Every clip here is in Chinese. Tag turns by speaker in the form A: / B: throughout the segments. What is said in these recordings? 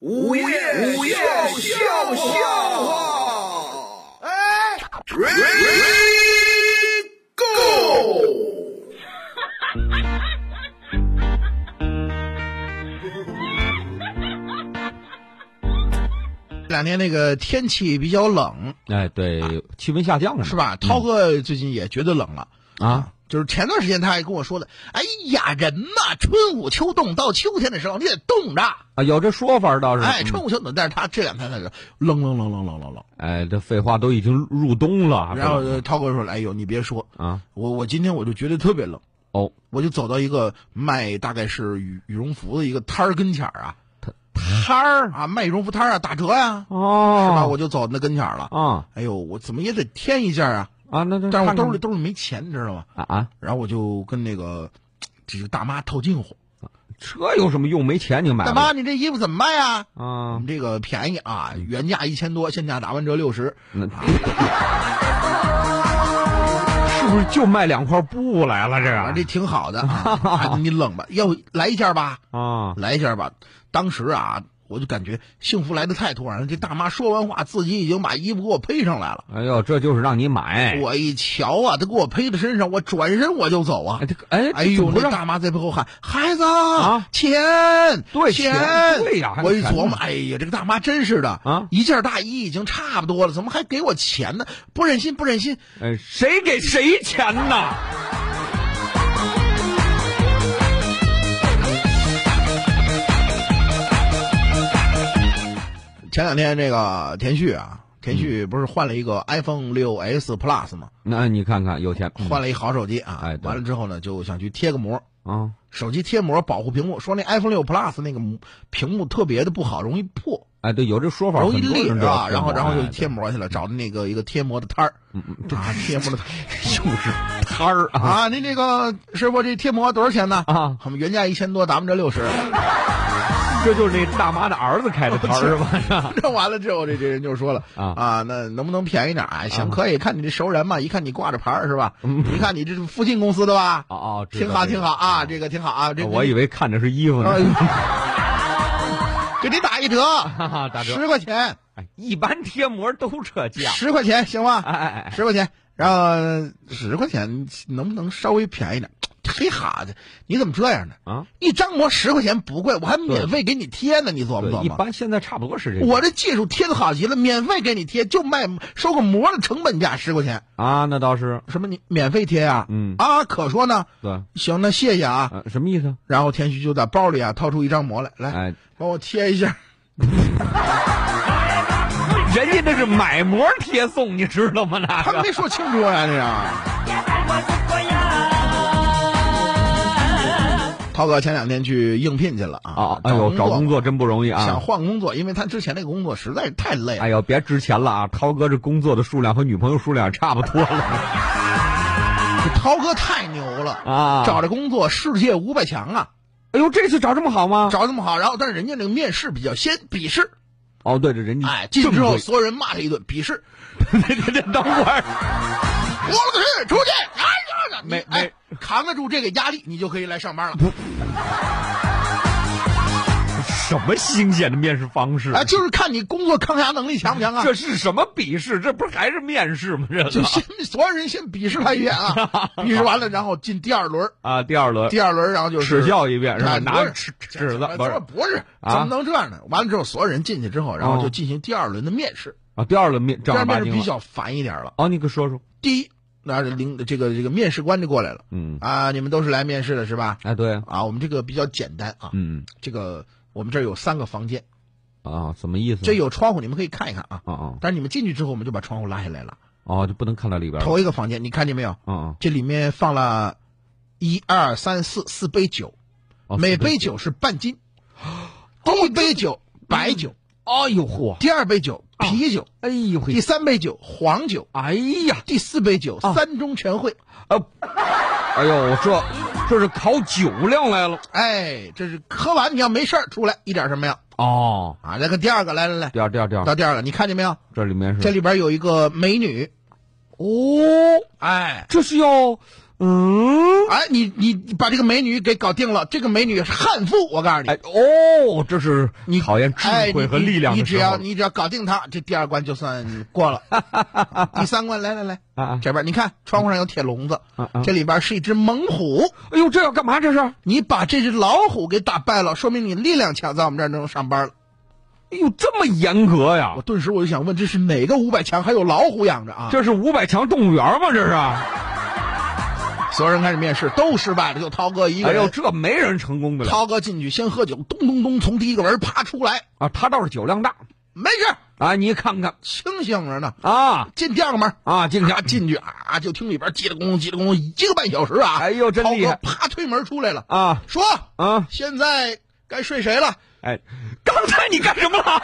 A: 午夜午夜笑笑话，哎，Ready Go！
B: 这两天那个天气比较冷，
C: 哎，对，气温下降了，
B: 啊是？吧？涛哥最近也觉得冷了，
C: 啊，
B: 就是前段时间他还跟我说的，哎呀，人呐，春捂秋冻，到秋天的时候你得冻着，
C: 啊，有这说法倒是。
B: 哎，
C: 嗯
B: 春捂秋冻。但是他这两天他是冷冷冷冷冷冷冷，
C: 哎，这废话都已经入冬了，还不
B: 然后
C: 冷
B: 呃涛哥说，哎呦，你别说，
C: 啊，
B: 我我今天我就觉得特别冷，
C: 哦，
B: 我就走到一个卖大概是羽羽绒服的一个摊儿跟前儿啊，摊儿啊，卖羽绒服摊儿啊，打折呀、
C: 哦，
B: 是吧？我就走那跟前儿了，
C: 啊
B: 哎呦，我怎么也得添一件啊，
C: 啊，那那
B: 但是我
C: 看看
B: 兜里兜里没钱，你知道吗？
C: 啊啊，
B: 然后我就跟那个这个大妈套近乎，
C: 这有什么用？没钱你买
B: 大
C: 吧
B: 妈，你这衣服怎么卖啊？我
C: 啊
B: 们，这个便宜啊，原价一千多，现价打完折六十。
C: 那 是不是就卖两块布来了？这
B: 啊，这
C: 个
B: 挺好的啊，啊你冷吧，要不来一件吧，
C: 啊，
B: 来一件吧。当时啊，我就感觉幸福来的太突然了。这大妈说完话，自己已经把衣服给我披上来了。
C: 哎呦，这就是让你买。
B: 我一瞧啊，她给我披在身上，我转身我就走啊
C: 哎。这个哎
B: 哎
C: 这怎
B: 呦，
C: 么
B: 那
C: 让
B: 大妈在背后喊：“孩子
C: 啊
B: 钱，
C: 对
B: 钱，
C: 钱对呀还
B: 我
C: 得
B: 一
C: 钱
B: 琢磨
C: 呢，
B: 哎呀，这个大妈真是的
C: 啊
B: 一件大衣已经差不多了，怎么还给我钱呢？不忍心，不忍心。
C: 哎，谁给谁钱呢？
B: 嗯前两天这个田旭啊，田
C: 嗯
B: 旭不是换了一个 iPhone 六 S Plus 吗？
C: 那你看看，有钱
B: 换了一好手机啊，
C: 嗯哎对
B: 完了之后呢，就想去贴个膜。
C: 啊
B: 手机贴膜保护屏幕，说那 iPhone 六 Plus 那个膜屏幕特别的不好，容易破，
C: 哎，对，有这说法，
B: 容易
C: 很多
B: 裂
C: 人知道
B: 啊。然后，然后就
C: 哎
B: 贴膜去了，找的那个一个贴膜的摊儿， 啊，贴膜的摊儿。
C: 嗯就是摊儿啊
B: 啊，您这个师傅这贴膜多少钱呢？
C: 啊，
B: 我们原价一千多，打完折六十。
C: 这就是那大妈的儿子开的
B: 哦
C: 摊儿是吧？
B: 这完了之后，这这人就说了
C: 啊
B: 那能不能便宜点？啊？行，可以，看你这熟人嘛，一看你挂着牌儿是吧？一看你这是附近公司的吧？
C: 哦哦，嗯知道
B: 挺好，
C: 这个
B: 挺好啊，这个挺好啊，这
C: 我以为看的是衣
B: 哎
C: 服呢。
B: 给你打一折，
C: 哈哈，打折。
B: 十块钱，
C: 哎一般贴膜都这 价。
B: 十块钱行吗？
C: 哎哎哎，
B: 十块钱，然后十块钱能不能稍微便宜点？嘿哈的，你怎么这样呢？
C: 啊，
B: 一张膜十块钱不贵，我还免费给你贴呢，你琢磨
C: 对，
B: 琢
C: 一
B: 磨。
C: 般现在差不多是这个。
B: 我这技术贴的好极了，免费给你贴，就卖收个膜的成本价十块钱，
C: 啊，那倒是，
B: 什么你免费贴呀、啊？
C: 嗯
B: 啊，可说呢。
C: 对，
B: 行，那谢谢啊。
C: 呃，什么意思？
B: 然后田旭就在包里啊掏出一张膜来，来
C: 哎，
B: 帮我贴一下。
C: 人家那是买膜贴送，你知道吗？那
B: 他
C: 个
B: 没说清楚呀、这样。涛哥前两天去应聘去了啊
C: 啊，，哎呦，找工
B: 作
C: 作真不容易
B: 嘛，想
C: 啊！
B: 换工作，因为他之前那个工作实在是太累了。
C: 哎呦，别值钱了啊！涛哥这工作的数量和女朋友数量差不多了
B: 涛哥太牛了，
C: 哎啊！
B: 找着工作世界五百强啊，
C: 哎呦，这次找这么好吗？
B: 找这么好，然后但是人家那个面试比较先笔试，
C: 哦，对，这人家
B: 哎，进去之后
C: 正
B: 所有人骂他一顿，笔试，
C: 规，这这等会儿，
B: 我了个去，出去，哎呀，你
C: 没
B: 哎扛得住这个压力，你就可以来上班了。
C: 什么新鲜的面试方式？
B: 哎，就是看你工作抗压能力强不强啊。
C: 这是什么笔试？这不是 还是面试吗？这
B: 就
C: 个
B: 先所有人先鄙视他一遍 啊，鄙视完了，然后进第二轮儿，
C: 啊，第二轮
B: 第二轮儿然后就是
C: 耻笑一遍是吧？
B: 哎
C: 拿
B: 不是
C: 尺
B: 这
C: 尺子
B: 这
C: 不是
B: 这不是，
C: 啊
B: 怎么能这样呢？完了之后，所有人进去之后，然后就进行第二轮的面试。
C: 啊，第二轮面
B: 第
C: 正
B: 二
C: 儿八
B: 面试
C: 经
B: 比
C: 了。
B: 较烦一点了。
C: 哦，你给说说。
B: 第一，那领这个这个面试官就过来了
C: 嗯，
B: 啊，你们都是来面试的是吧？
C: 哎，对啊，
B: 啊，我们这个比较简单啊，
C: 嗯
B: 这个我们这儿有三个房间，
C: 啊，什么意思？
B: 这有窗户，你们可以看一看啊。
C: 啊啊
B: 但是你们进去之后，我们就把窗户拉下来了。
C: 哦，就不能看到里边儿。
B: 头一个房间，你看见没有？
C: 啊啊
B: 这里面放了一二三四四杯酒，
C: 哦，
B: 每
C: 是的
B: 杯。酒是半斤。第一杯酒白酒，
C: 哎呦嚯！
B: 第二杯酒啤酒，
C: 哎呦
B: 第
C: 嘿！
B: 三杯酒黄酒，
C: 哎呀，
B: 第四杯酒
C: 啊
B: 三中全会。
C: 呃，哎呦，这这是考酒量来了。
B: 哎，这是喝完你要没事儿出来一点事儿没有
C: 哦，
B: 啊？来个第二个，来来来，
C: 第二第二第二，
B: 到第二个，你看见没有？
C: 这里面是
B: 这里边有一个美女，
C: 哦，
B: 哎，
C: 这是要嗯，
B: 哎，你你把这个美女给搞定了，这个美女是悍妇，我告诉你。
C: 哎哦，这是
B: 你
C: 考验智
B: 哎
C: 慧
B: 你
C: 和力量
B: 你
C: 的
B: 你只
C: 时候
B: 要
C: 了
B: 你只要搞定她，这第二关就算你过 了。第三关，来来来，
C: 啊啊
B: 这边你看窗户上有铁笼子，
C: 啊啊！
B: 这里边是一只猛虎，
C: 哎呦，这要干嘛？这是？哎
B: 你把这只老虎给打败了，说明你力量强，在我们这儿能上班了。
C: 呦，这么严格呀
B: 我？顿时我就想问，这是哪个五百强还有老虎养着啊？
C: 这是五百强动物园吗？这是？哎
B: 所有人开始面试，都失败了，就涛哥一个人。
C: 哎呦，这没人成功的了
B: 涛哥进去先喝酒，咚咚咚，从第一个门爬出来，
C: 啊！他倒是酒量大
B: 没事，
C: 啊！你看看
B: 清醒着呢。
C: 啊
B: 进第二个门，
C: 啊，进去
B: 啊，！进去啊，就听里边叽里咕噜叽里咕噜一个半小时啊。
C: 哎呦，真
B: 涛
C: 厉
B: 哥
C: 害
B: 啪推门出来了，
C: 啊
B: 说
C: 啊！
B: 现在该睡谁了？
C: 哎，刚才你干什么了？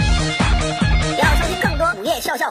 D: 要收听更多午夜笑笑